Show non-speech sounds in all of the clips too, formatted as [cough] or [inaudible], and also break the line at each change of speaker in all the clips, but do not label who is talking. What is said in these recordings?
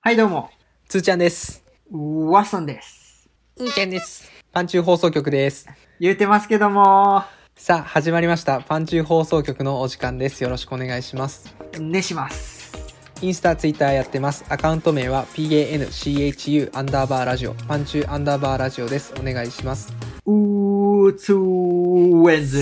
はい、どうも。
つーちゃんです。
ワッソンです。
うんちゃんです。パンチュー放送局です。
言うてますけども、
さあ、始まりました。パンチュー放送局のお時間です。よろしくお願いします。
ねします。
インスタ、ツイッターやってます。アカウント名は PANCHU アンダーバーラジオ、パンチューアンダーバーラジオです。お願いします。
うーつーウェンズ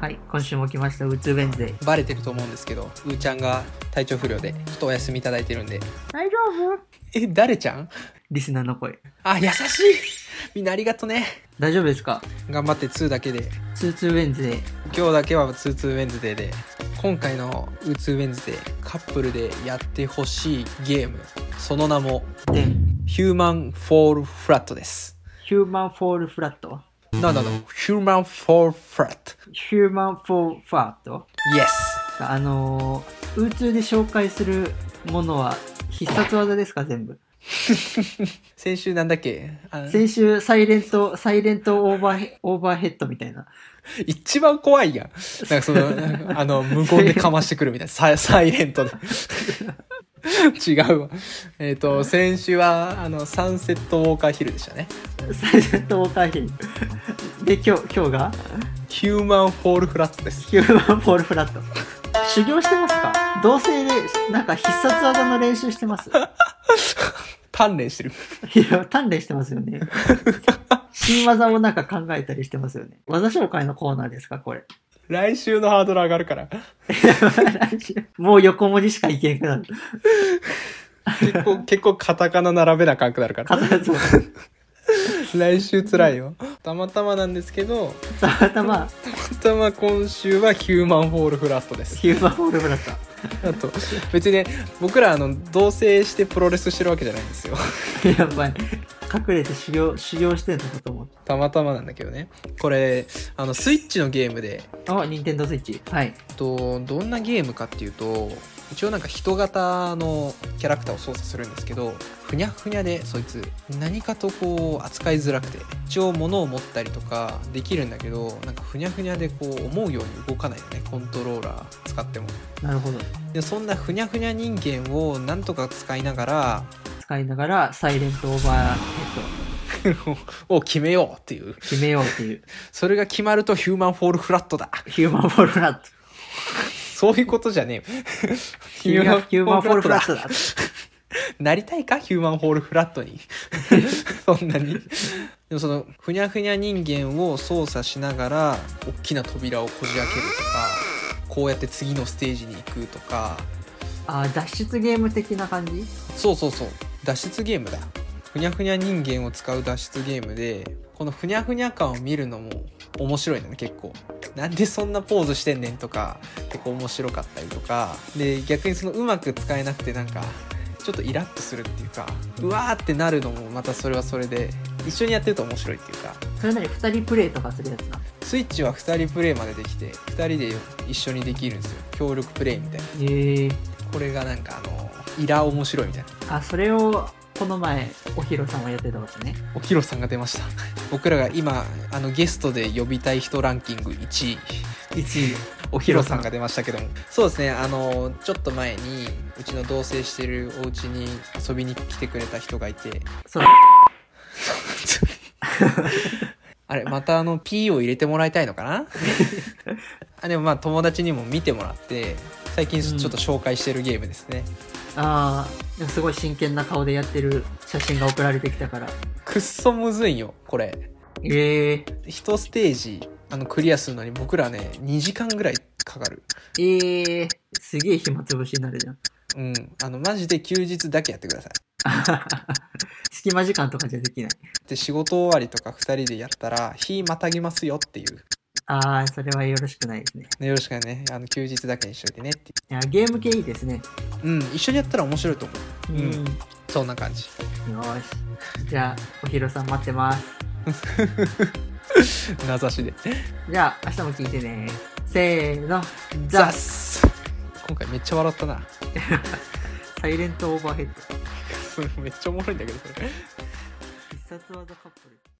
はい、今週も来ました、うつーウェンズ
バレてると思うんですけど、うーちゃんが体調不良で、ちょっとお休みいただいてるんで。
大丈夫
え、誰ちゃん
リスナーの声。
あ、優しい。みんなありがとね。
大丈夫ですか
頑張って2だけで。
ツーツーウェンズ
今日だけはツーツーウェンズデーで今回のウーツーウェンズデーカップルでやってほしいゲームその名も
で、
ヒューマンフォールフラットです
ヒューマンフォールフラット。
なんだろうヒューマンフォールフラット
ヒューマンフォールフラット。
イエス
あのー、うつーで紹介するものは必殺技ですか、全部。
先週なんだっけあ
先週、サイレント、サイレントオーバーヘオーバーヘッドみたいな。
一番怖いやんなんかその [laughs] あの無言でかましてくるみたいなサイサイレントで違うわえっ、と先週はあのサンセットウォーカーヒルでしたね
サイレントウォーカーヒル。で、今日、今日が
ヒューマンフォールフラットです
ヒューマンフォールフラット。修行してますか同性で、なんか必殺技の練習してます。い
鍛錬してる
や、鍛錬してますよね。新技もなんか考えたりしてますよね。技紹介のコーナーですかこれ。 [laughs]
来週のハードル上がるから。
もう横文字しかいけなくなる。
結 [laughs] 構、結構カタカナ並べなあかんくなるから。
必ず、
来週辛いよ。たまたまなんですけど、
たまたま
たまたま今週はヒューマンフォールフラットです。
ヒューマンフォールフラット。
あと、別にね、僕らあの、同棲してプロレスしてるわけじゃないんですよ。
やばい。隠れて修行、修行してんのかと思った
またまなんだけどね。これ、あの、スイッチのゲームで、
た。あ、ニンテンドースイッチ。はい。
えっと、どんなゲームかっていうと、一応なんか人型のキャラクターを操作するんですけど、ふにゃふにゃでそいつ何かとこう扱いづらくて一応物を持ったりとかできるんだけどなんかふにゃふにゃでこう思うように動かないよねコントローラー使っても
なるほど。
でそんなふにゃふにゃ人間をなんとか使いながら
使いながら、サイレントオーバーヘッド。
を決めようっていう
決めようっていう。
それが決まるとヒューマンフォールフラットだ
ヒューマンフォールフラット。
そういうことじゃねえ
ヒューマンフォールフラットだ。
なりたいかヒューマンホールフラットにそんなにでもそのふにゃふにゃ人間を操作しながら大きな扉をこじ開けるとかこうやって次のステージに行くとか
あー脱出ゲーム的な感じ
そうそうそう脱出ゲームだふにゃふにゃ人間を使う脱出ゲームでこのふにゃふにゃ感を見るのも面白いのね結構なんでそんなポーズしてんねんとか結構面白かったりとかで逆にそのうまく使えなくてなんかちょっとイラッとするっていうかうわーってなるのもまたそれはそれで一緒にやってると面白いっていうか
それなり2人プレイとかするやつな。
スイッチは2人プレイまでできて2人で一緒にできるんですよ協力プレイみたいな
えー、
これがなんかあのイラ面白いみたいな
あ、それをこの前、おひろさんはやってたわけね。
おきろさんが出ました [laughs] 僕らが今あのゲストで呼びたい人ランキング1位
1位。
おひろさんが出ましたけどもそうですねあのちょっと前にうちの同棲してるお家に遊びに来てくれた人がいて
その、
あれまたあの P を入れてもらいたいのかな [laughs] あでもまあ友達にも見てもらって最近ちょっと紹介してるゲームですね、
あー、でもすごい真剣な顔でやってる写真が送られてきたから。
くっそむずいんよこれ
えー、
一ステージあのクリアするのに僕らね2時間ぐらいかかる
えー、すげえ暇つぶしになるじゃん。 [laughs]
うん、あのマジで休日だけやってください。
隙間時間とかじゃできない。
で仕事終わりとか2人でやったら日またぎますよっていう。
あー、それはよろしくないですね。
ねよろしくねあの休日だけにしといてねってい
いや、ゲーム系いいですね。
う。うん一緒にやったら面白いと思う。
うん。
うんそんな感じ。
よーし。じゃあ、おひろさん待ってます。
名指しで。
じゃあ、明日も聞いてね。せーの。
ザ
ザ
ッス今回めっちゃ笑ったな。 [laughs]
サイレントオーバーヘッド。
それめっちゃおもろいんだけどそれ。
必殺技カップル。